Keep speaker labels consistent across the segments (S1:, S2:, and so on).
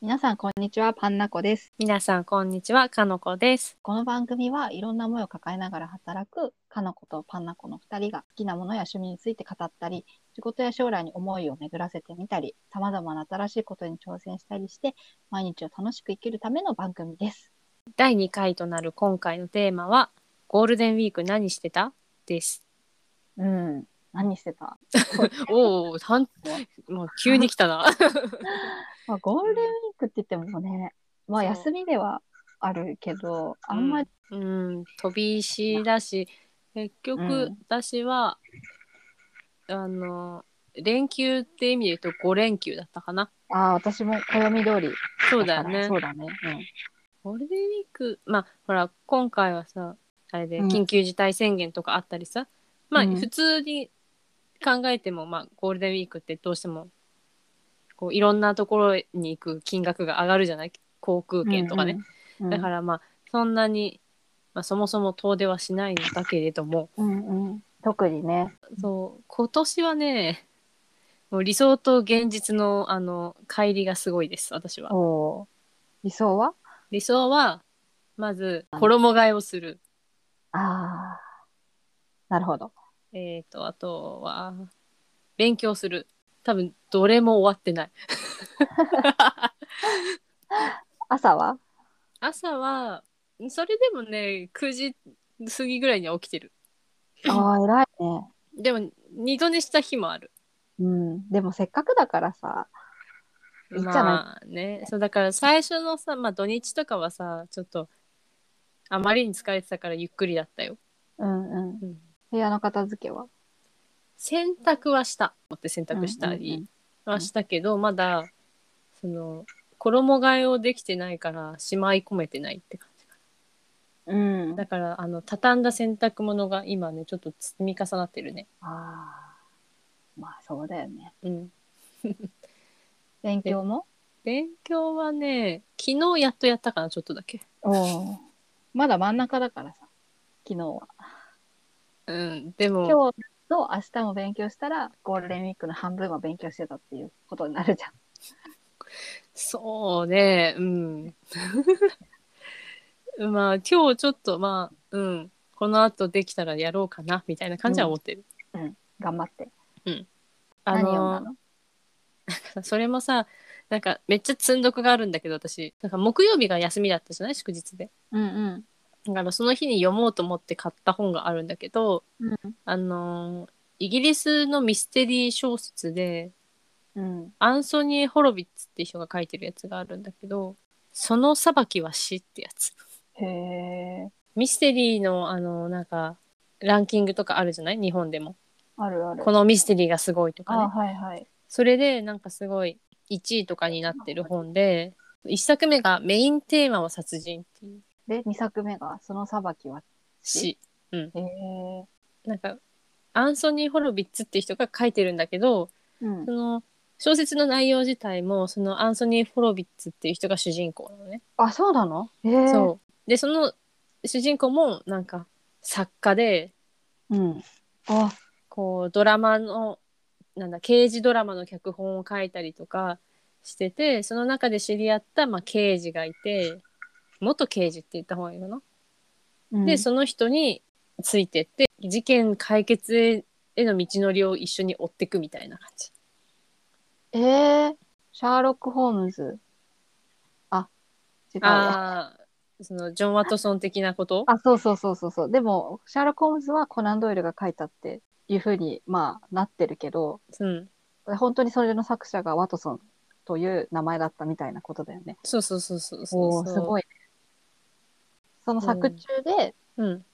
S1: 皆さんこんにちはパンナコです
S2: 皆さんこんにちはかのこです
S1: この番組はいろんな思いを抱えながら働くかのことパンナコの2人が好きなものや趣味について語ったり仕事や将来に思いを巡らせてみたりさまざまな新しいことに挑戦したりして毎日を楽しく生きるための番組です
S2: 第2回となる今回のテーマはゴールデンウィーク何してたです
S1: うん何してた、
S2: おおたんもう急に来たな
S1: まあ、ゴールデンウィークって言ってもねまあ
S2: そう
S1: 休みではあるけどあんまり、
S2: うん飛び石だし結
S1: うん
S2: 局私は、あの連休って意味で言うと5連休だったかな
S1: ああ私も暦通り
S2: そうだよね
S1: そうだね、
S2: ゴールデンウィークまあほら今回はさあれで
S1: うん
S2: 緊急事態宣言とかあったりさ、まあ
S1: うん
S2: 普通に考えても、まあ、ゴールデンウィークってどうしてもこういろんなところに行く金額が上がるじゃない航
S1: う
S2: 空
S1: ん
S2: 券とかね、、
S1: うんうん
S2: だからまあそんなに、まあ、そもそも遠出はしないんだけれども
S1: うんうん、特にね
S2: そう今年はねもう理想と現実のあの乖離がすごいです私は
S1: おー理想は
S2: 理想はまず衣替えをする
S1: ああなるほど
S2: えー、と、あとは、勉強する。多分、どれも終わってない。
S1: 朝は
S2: 朝は、それでもね、9時過ぎぐらいには起きてる。
S1: ああ偉いね、
S2: でも、二度寝した日もある。
S1: うん、でもせっかくだからさいいんじゃない
S2: まあね、そう、だから最初のさ、まあ土日とかはさ、ちょっと、あまりに疲れてたからゆっくりだったよ。
S1: うんうん
S2: うん
S1: 部屋の片付けは
S2: 洗濯はした。持って洗濯したりはしたけど、まだ、その、衣替えをできてないから、しまい込めてないって感じ。
S1: うんうんうん、
S2: だからあの畳んだ洗濯物が今ねちょっと積み重なってるね。
S1: あーまあそうだよね
S2: うん、
S1: 勉強も
S2: 勉強はね昨日やっとやったかなちょっとだけ。
S1: おーまだ真ん中だからさ昨日は
S2: うん、でも
S1: 今日と明日も勉強したらゴールデンウィークの半分は勉強してたっていうことになるじゃん
S2: そうねうん まあ今日ちょっとまあうんこの後できたらやろうかなみたいな感じは思ってる。
S1: 頑張って
S2: あ
S1: 何読んだ
S2: の
S1: の
S2: それもさなんかめっちゃ積んどくがあるんだけど私なんか木曜日が休みだったじゃない祝日で。
S1: うん
S2: だからその日に読もうと思って買った本があるんだけど、
S1: うん
S2: あのーイギリスのミステリー小説で
S1: うん
S2: アンソニー・ホロビッツっていう人が書いてるやつがあるんだけどその裁きは死ってやつ
S1: へえ
S2: ミステリーのあのーなんかランキングとかあるじゃない日本でも
S1: あるある
S2: このミステリーがすごいと
S1: あ
S2: か
S1: は
S2: ね
S1: いはい
S2: それでなんかすごい1位とかになってる本で1作目がメインテーマは殺人っていう
S1: で2作目が「その裁きは
S2: 死
S1: へえ
S2: なんかアンソニー・ホロビッツっていう人が書いてるんだけど
S1: うん
S2: その小説の内容自体もそのアンソニー・フォロビッツっていう人が主人公なのね。
S1: あそうなのへえ
S2: そうでその主人公もなんか作家で
S1: う、うん、あ
S2: こうドラマのなんだ刑事ドラマの脚本を書いたりとかしててその中で知り合った、まあ、刑事がいて元刑事って言った方がいいのかな、
S1: うん
S2: でその人についてって事件解決へへの道のりを一緒に追ってくみたいな感じ。
S1: えー、シャーロック・ホームズあ違うわ
S2: ああそのジョン・ワトソン的なこと
S1: あそうそうそうそうそうでもシャーロック・ホームズはコナン・ドイルが書いたっていうふうにまあなってるけど
S2: うん
S1: 本当にそれの作者がワトソンという名前だったみたいなことだよね
S2: そうそうそうそう
S1: お
S2: そ
S1: お
S2: う
S1: すごいその作中で、
S2: うん、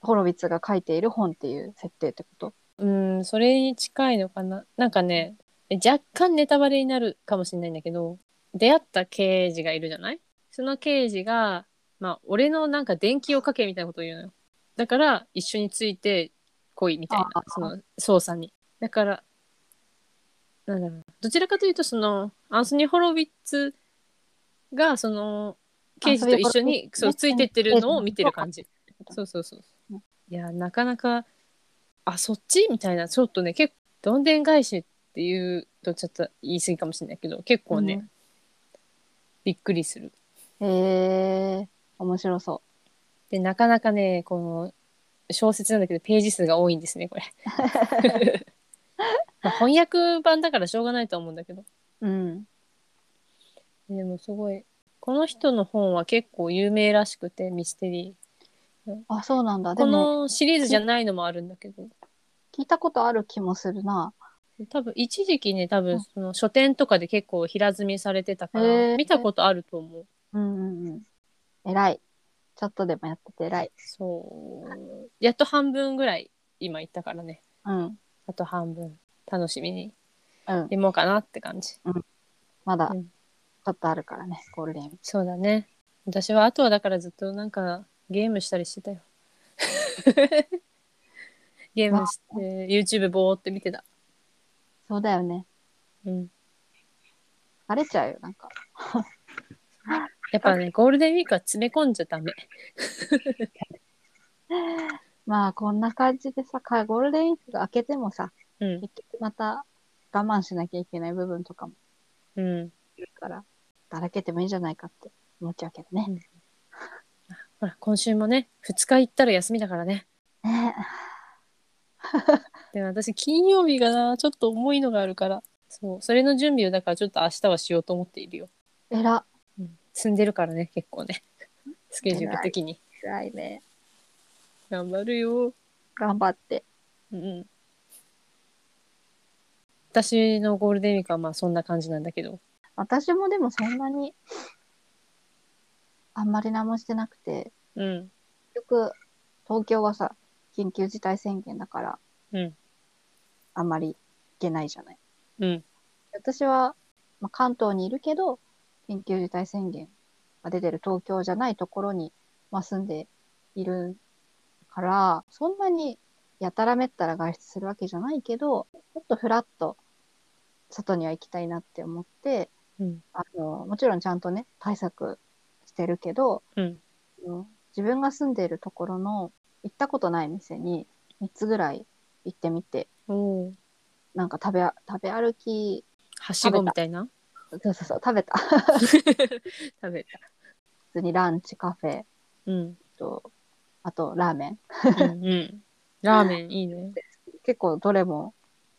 S1: ホロビッツが書いている本っていう設定ってこと
S2: うん、それに近いのかななんかね若干ネタバレになるかもしれないんだけど出会った刑事がいるじゃないその刑事が、まあ、俺のなんか電気をかけみたいなことを言うのよだから一緒について来いみたい
S1: あ
S2: なその捜査にだからなんだろうどちらかというとそのアンソニー・ホロビッツがその刑事と一緒
S1: アンソニーホロビッ
S2: に
S1: ツね
S2: そうついてってるのを見てる感じ
S1: うん
S2: そうそうそう。いや、なかなか、あ、そっちみたいな、ちょっとね、結構、どんでん返しっていうとちょっと言い過ぎかもしれないけど結構ね、
S1: うん
S2: びっくりする。
S1: へえ面白そ
S2: でなかなかねこの小説なんだけどページ数が多いんですねこれ。 まあ翻訳版だからしょうがないとは思うんだけど
S1: う。うん。
S2: でもすごいこの人の本は結構有名らしくてミステリ
S1: あ、そうなんだ。
S2: ー
S1: で
S2: こ
S1: も、
S2: のシリーズじゃないのもあるんだけど
S1: 聞いたことある気もするな。
S2: 多分一時期ね多
S1: う
S2: 分
S1: ん
S2: その書店とかで結構平積みされてたか
S1: へ
S2: ら
S1: ー
S2: 見たことあると思う。
S1: うんうんうん。偉い。ちょっとでもやってて偉い。
S2: そうやっと半分ぐらい今言ったからね
S1: うん。
S2: あと半分楽しみに
S1: うん。
S2: 読もうかなって感じ。
S1: まだ、
S2: うん
S1: ちょっとあるからね、ゴールデンウィーク。
S2: そうだね。私はあとはだからずっとなんかゲームしたりしてたよ。 ゲームして、YouTube ぼーって見てた。
S1: そうだよね。
S2: うん。
S1: 疲れちゃうよ、なんか。
S2: やっぱね、ゴールデンウィークは詰め込んじゃダメ。
S1: まあ、こんな感じでさ、かゴールデンウィークが明けてもさ、
S2: うん。
S1: 結局また我慢しなきゃいけない部分とかも
S2: うん。
S1: いるから、だらけてもいいんじゃないかって思っちゃうけどね。
S2: ほら、今週もね、2日行ったら休みだからね。
S1: ね
S2: でも私、金曜日がな、ちょっと重いのがあるから。そう。それの準備をだからちょっと明日はしようと思っているよ。
S1: えら、
S2: うん。積んでるからね、結 構ね。スケジュール的に。
S1: 偉いね。
S2: 頑張るよ。
S1: 頑張って。
S2: うん私のゴールデンウィークはまあそんな感じなんだけど、
S1: 私もでもそんなに、あんまり何もしてなくて、
S2: うん、
S1: 結局、東京はさ、緊急事態宣言だから、
S2: うん、
S1: あんまり行けないじゃない。
S2: うん、
S1: 私は、まあ、関東にいるけど、緊急事態宣言が出てる東京じゃないところに、まあ、住んでいるから、そんなにやたらめったら外出するわけじゃないけど、ちょっとフラッと外には行きたいなって思って、
S2: うん、
S1: あのもちろんちゃんとね、対策してるけど、
S2: うん、
S1: うん自分が住んでいるところの行ったことない店に3つぐらい行ってみて、
S2: おー
S1: なんか食べあ食べ歩き、
S2: はしごみたいな
S1: そうそうそう、食べた。
S2: 食べた。
S1: 普通にランチカフェ
S2: うん、
S1: と、あとラーメン。
S2: う ん、うん。ラーメンいいね。
S1: 結構どれも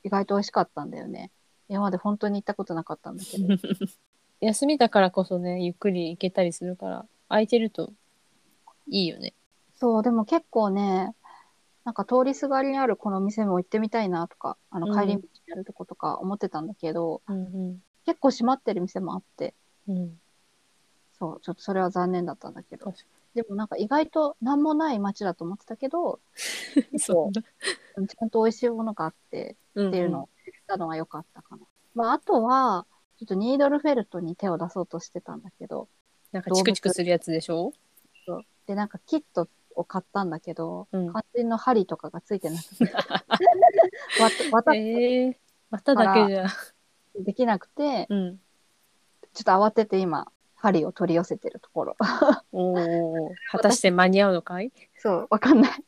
S1: 意外と美味しかったんだよね。今まで本当に行ったことなかったんだけ ど。
S2: 休みだからこそね、ゆっくり行けたりするから、空いてるといいよね。
S1: そう、でも結構ね、なんか通りすがりにあるこの店も行ってみたいなとか、あの
S2: うん
S1: 帰り道にあるとことか思ってたんだけど、
S2: うん、
S1: 結構閉まってる店もあって、
S2: うん、うん。
S1: そう、ちょっとそれは残念だったんだけど
S2: 確。
S1: でもなんか意外と何もない街だと思ってたけど、
S2: そ
S1: ちゃんと美味しいものがあって、
S2: う。
S1: っていうのを知ったのは良かったかな。まあ、あとは、ちょっとニードルフェルトに手を出そうとしてたんだけど、
S2: なんかチクチクするやつでしょ
S1: で、なんかキットを買ったんだけど、
S2: うん
S1: 肝心の針とかがついてなく て、わたわた
S2: えー、まただけじゃ。
S1: できなくて、
S2: うん。
S1: ちょっと慌てて今、針を取り寄せてるところ。
S2: おお果たして間に合うのかい
S1: そう、わかんない。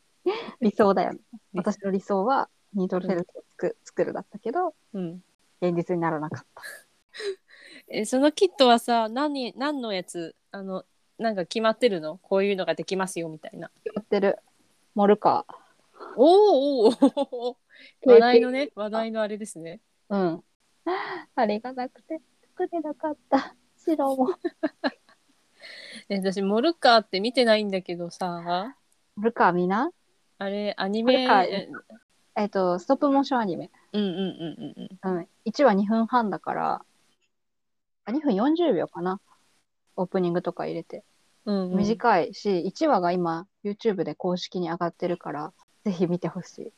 S1: 理想だよね。私の理想は、ニードルフェルトをつく作るだったけど、
S2: うん。
S1: 現実にならなかった。
S2: えそのキットはさ何何のやつあのなんか決まってるのこういうのができますよみたいな
S1: やってる。モルカー。
S2: おーおーおー話題のね話題のあれですね
S1: うん。あれがなくて、作れなかった。 白も。
S2: え私モルカーって見てないんだけどさ
S1: モルカー見な
S2: あれアニ
S1: モ
S2: メ
S1: ルカーえっ、と、ストップモーションアニメ。
S2: うんうんうんうんうん
S1: うん。1話2分半だから、あ2分40秒かな。オープニングとか入れて。
S2: うんうん
S1: 短いし、1話が今、YouTube で公式に上がってるから、ぜひ見てほしい。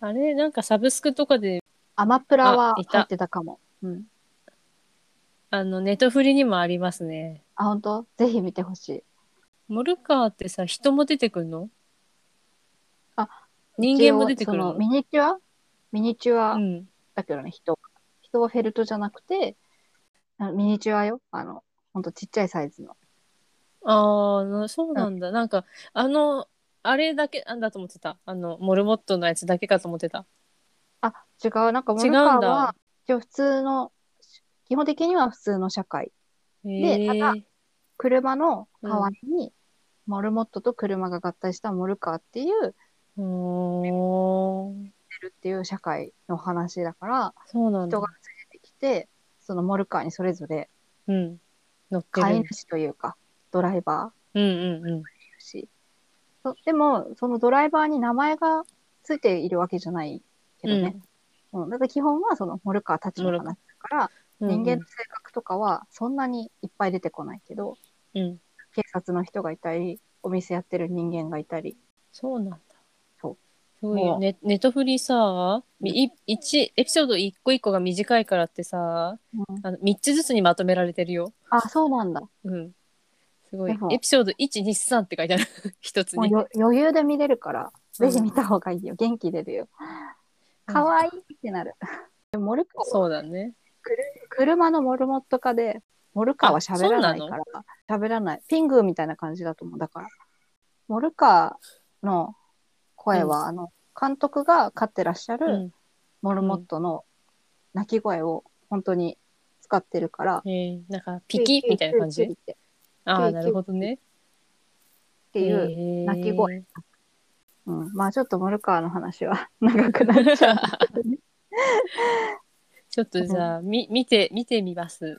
S2: あれなんかサブスクとかで
S1: アマプラは
S2: あいた
S1: 入ってたかも。うん。
S2: あのネットフリにもありますね
S1: あ、本当？ぜひ見てほしい。
S2: モルカーってさ人も出てくるの
S1: あ
S2: 人間も出てくる
S1: 一応
S2: の
S1: そのミニチュアミニチュア
S2: うん
S1: だけどね、人。人はフェルトじゃなくて、あミニチュアよ。あの、ほんとちっちゃいサイズの。
S2: ああ、なそうなんだ。なんか、あの、あれだけなんだと思ってた。あの、モルモットのやつだけかと思ってた。
S1: あ、違う。なんか、モ
S2: 違う
S1: ル
S2: ん
S1: カー
S2: だ
S1: は、一応普通の、基本的には普通の社会。で
S2: へー
S1: た車の代わりに、モルモットと車が合体したモルカーっていう、
S2: うーん
S1: っていう社会の話だから、
S2: そうなんだ
S1: 人が連れてきて、そのモルカーにそれぞれ
S2: うん乗って
S1: 飼
S2: る
S1: い
S2: んだ
S1: 主というか、ドライバ
S2: うんうんうん
S1: ーいるし。そでも、そのドライバーに名前がついているわけじゃないけどね。うん、だから基本はそのモルカーたちの話だから、
S2: うん
S1: 人間の性格とかはそんなにいっぱい出てこないけど、
S2: うん
S1: 警察の人がいたり、お店やってる人間がいたり、
S2: そうなんだ
S1: そう
S2: すごい
S1: も
S2: よ
S1: う
S2: ネネットフリさい一エピソード一個一個が短いからってさあの3つずつにまとめられてるよ
S1: あ、そうなんだ。
S2: うんすごい
S1: でも
S2: エピソード123って書いてある 一つ
S1: もう
S2: に
S1: よ余裕で見れるから、
S2: う
S1: ぜ
S2: ん
S1: ひ見た方がいいよ。元気出るよ。かわいいってなる。でモルカーは
S2: そうだね
S1: 車のモルモット化で、モルカーは喋らないから、喋らない。ピングーみたいな感じだと思う。だから、モルカーの声は、あの、監督が飼ってらっしゃ
S2: う
S1: る
S2: ん
S1: モルモットの鳴き声を本当に使ってるから、
S2: えーなんかピキみたいな感
S1: キュ
S2: じ
S1: リキュリっ
S2: ああなるほどね
S1: ていう、
S2: う
S1: 鳴き声うん、まあちょっとモルカーの話は 長くなっちゃう。
S2: ちょっとじゃあ、み見て見てみます。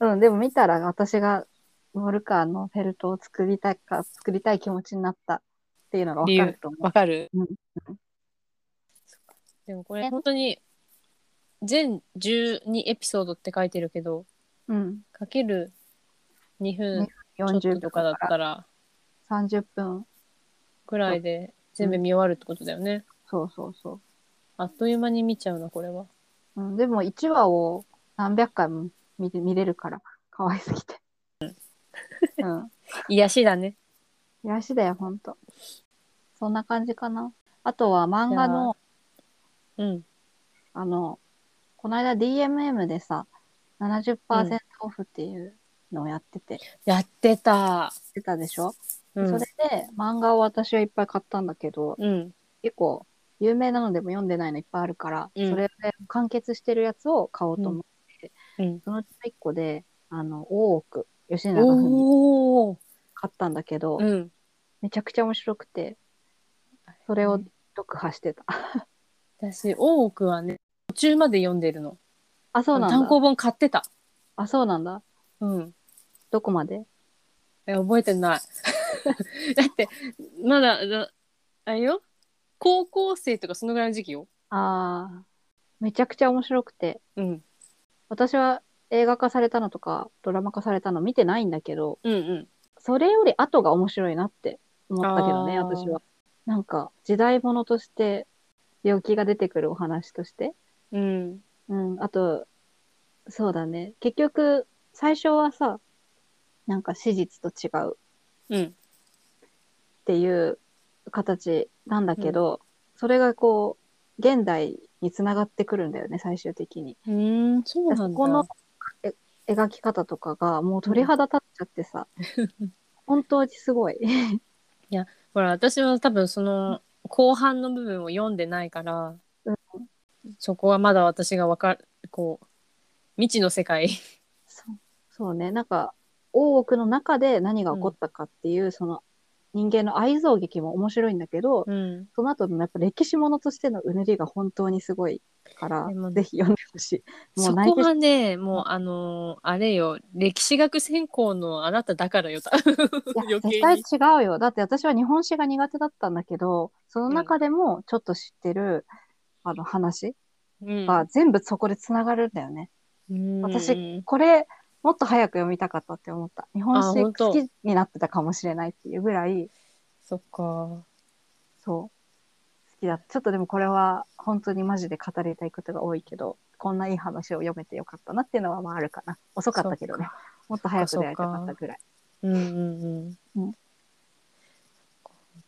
S1: うん、でも見たら私がモルカーのフェルトを作りたいか、作りたい気持ちになったっていうのがわかると思う。
S2: わかる、
S1: うん
S2: そっかでもこれ本当に全12エピソードって書いてるけど
S1: うん、
S2: かける2分
S1: ね
S2: ちょっ
S1: 40
S2: と
S1: 秒
S2: と
S1: か
S2: かだっ
S1: ら
S2: たら
S1: 30分。
S2: くらいで全部見終わるってことだよね。
S1: そうそうそ
S2: あっという間に見ちゃうなこれは。
S1: う。うん、でも1話を何百回も見て見れるから、可愛すぎて。うん。
S2: 癒しだね。
S1: 癒しだよ、ほんと。そんな感じかな。あとは漫画の、
S2: うん。
S1: あの、この間 DMM でさ、70%オフっていうのをやってて、
S2: やってた。
S1: 出たでしょ、
S2: うん。
S1: それで漫画を私はいっぱい買ったんだけど、
S2: うん。
S1: 結構有名なのでも読んでないのいっぱいあるから、
S2: うん
S1: それで完結してるやつを買おうと思って、
S2: うん
S1: そのうちの1個で、あの、大奥、吉永文
S2: おお。
S1: 買ったんだけど、
S2: うん。
S1: めちゃくちゃ面白くて、それを読破してた。
S2: 私大奥はね途中まで読んでるの。
S1: あ、そうなん
S2: 単
S1: だ。
S2: 行本買ってた。
S1: あ、そうなんだ。
S2: うん。
S1: どこまで
S2: え、覚えてない。 だって、まだ、だあれよ高校生とかそのぐらいの時期よ。
S1: ああ、めちゃくちゃ面白くて、
S2: うん。
S1: 私は映画化されたのとかドラマ化されたの見てないんだけど、
S2: うんうん。
S1: それより後が面白いなって思ったけどね、
S2: あー
S1: 私は。なんか時代物として病気が出てくるお話として。
S2: うん。
S1: うん、あと、そうだね。結局、最初はさ、なんか史実と違うっ
S2: うん。
S1: ていう形なんだけど、それがこう、現代につながってくるんだよね、最終的に。
S2: うーん、そうなんだ。
S1: そこのえ描き方とかがもう鳥肌立っちゃってさ、本当にす ごい。
S2: ほら、私は多分その後半の部分を読んでないから、
S1: うん
S2: そこはまだ私がわかる、こう、未知の世界。
S1: そうそうねなんか大奥の中で何が起こったかっていう、その人間の愛憎劇も面白いんだけど、
S2: うん。
S1: その後のやっぱ歴史ものとしてのうねりが本当にすごいから、
S2: でも
S1: ぜひ読んでほしい。も
S2: そう
S1: 泣い
S2: こ
S1: てし
S2: はね、もうあのーあれよ、歴史学専攻のあなただからよ、多分
S1: いや
S2: 余計に。
S1: 絶対違うよ。だって私は日本史が苦手だったんだけど、その中でもちょっと知ってる、あの話
S2: うん
S1: が全部そこでつながるんだよね。
S2: うん
S1: 私これもっと早く読みたかったって思った。日本
S2: あ
S1: 史
S2: 本当
S1: 好きになってたかもしれないっていうぐらい、
S2: そっか。
S1: そう。好きだ。ちょっとでもこれは本当にマジで語りたいことが多いけど、こんないい話を読めてよかったなっていうのはまああるかな。遅かったけどね。もっと早く出会いたかったぐらい。
S2: うんうんう
S1: うんん。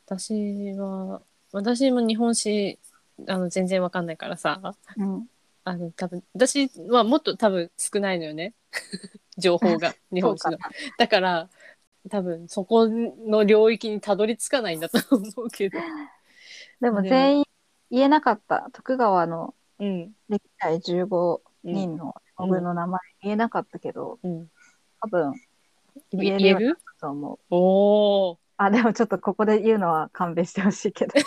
S2: 私は私も日本史あの全然わかんないからさ
S1: うん。
S2: あの多分私はもっと多分少ないのよね 情報が日本史
S1: そう
S2: の
S1: かな。
S2: だから多分そこの領域にたどり着かないんだと思うけど
S1: でも
S2: でも
S1: 全員言えなかった徳川の
S2: うん。
S1: 歴代15
S2: うん
S1: 人の将軍の名前言えなかったけど、
S2: うん。
S1: 多分
S2: 言
S1: 言え
S2: え
S1: る
S2: 言える
S1: だと思う。
S2: おお。
S1: あ、でもちょっとここで言うのは勘弁してほしいけど。 ちょっ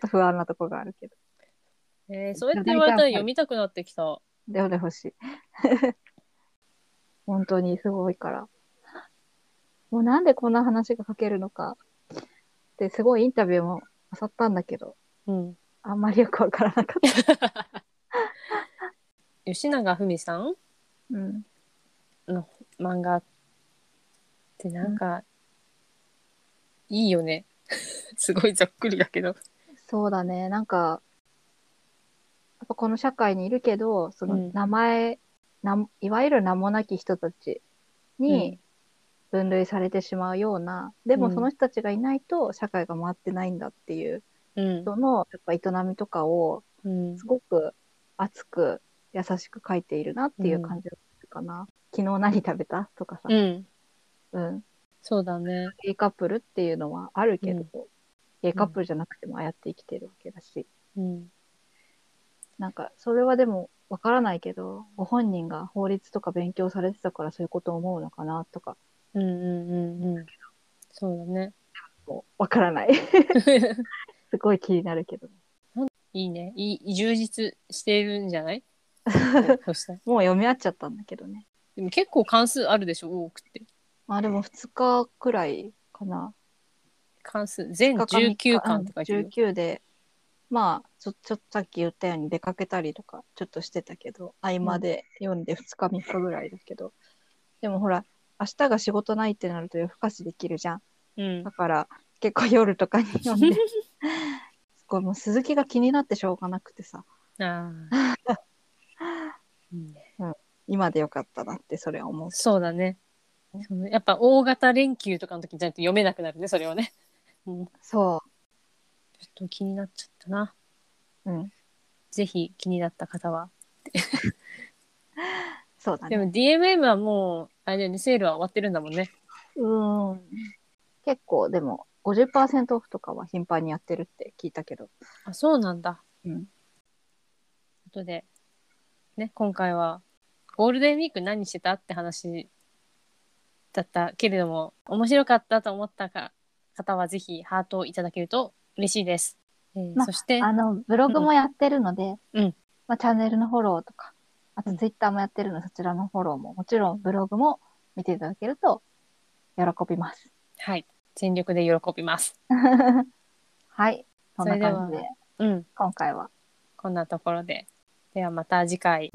S1: と不安なとこがあるけど。
S2: えー、そうやって言われたら読みたくなってきた。
S1: 読んでほしい。 本当にすごいから。もうなんでこんな話が書けるのかってすごいインタビューもあさったんだけど、
S2: うん。
S1: あんまりよくわからなかった。
S2: 吉永文さん
S1: うん。
S2: 漫画ってなんか、いいよね。 すごいざっくりだけど。
S1: そうだね。なんか、やっぱこの社会にいるけど、そうの
S2: ん
S1: 名前、なんいわゆる名もなき人たちに、分類されてしまうようなでも
S2: うん
S1: その人たちがいないと社会が回ってないんだっていう
S2: うん。
S1: 人のやっぱ営みとかを
S2: うん
S1: す。ごく熱く優しく書いているなっていう感じがするかな、昨日何食べたとかさ、
S2: うん。
S1: うん、
S2: そうだね。
S1: ゲイカップルっていうのはあるけど、
S2: うん
S1: ゲイカップルじゃなくてもああやって生きてるわけだし
S2: うん。
S1: なんかそれはでもわからないけどご本人が法律とか勉強されてたからそういうことを思うのかなとか
S2: うんうんうんうん。そうだ ね。
S1: もうわからない すごい気になるけど
S2: いいね。いい、充実しているんじゃない そしたら。
S1: もう読み合っちゃったんだけどね
S2: でも結構関数あるでしょ、多くて。
S1: まあでも2日くらいかな。
S2: 関数、全19巻って書いてるよ。
S1: 19で、まあ、ちょ、ちょっとさっき言ったように出かけたりとか、ちょっとしてたけど、合間で読んで2日3日ぐらいだけど、でもほら、明日が仕事ないってなると夜更かしできるじゃん。
S2: うん
S1: だ。から、結構夜とかに読んで、すごいもう鈴木が気になってしょうがなくてさ、
S2: あ あ。いいね
S1: 今でよかったなってそれは思う。
S2: そうだね。そのやっぱ大型連休とかの時じゃないと読めなくなるね、それはね。うん、ち
S1: そ
S2: ょっと気になっちゃったな。
S1: う。うん。
S2: ぜひ気になった方は。
S1: そうだ
S2: で
S1: ね。
S2: も DMM はもう、あれだよね、セールは終わってるんだもんね。
S1: うん。結構、でも、50%オフとかは頻繁にやってるって聞いたけど。
S2: あ、そうなんだ。
S1: うん。
S2: ということで、ね、今回はゴールデンウィーク何してたって話だったけれども面白かったと思ったか方はぜひハートをいただけると嬉しいです。えー
S1: ま
S2: そして
S1: あの、ブログもやってるので、
S2: うん
S1: まあ、チャンネルのフォローとか、あ
S2: う
S1: と
S2: ん
S1: ツイッターもやってるので、そちらのフォローも、もちろんブログも見ていただけると喜びます。
S2: はい全力で喜びます。
S1: はい。そんな
S2: それでは
S1: 感じで、
S2: うん
S1: 今回は。
S2: こんなところでではまた次回。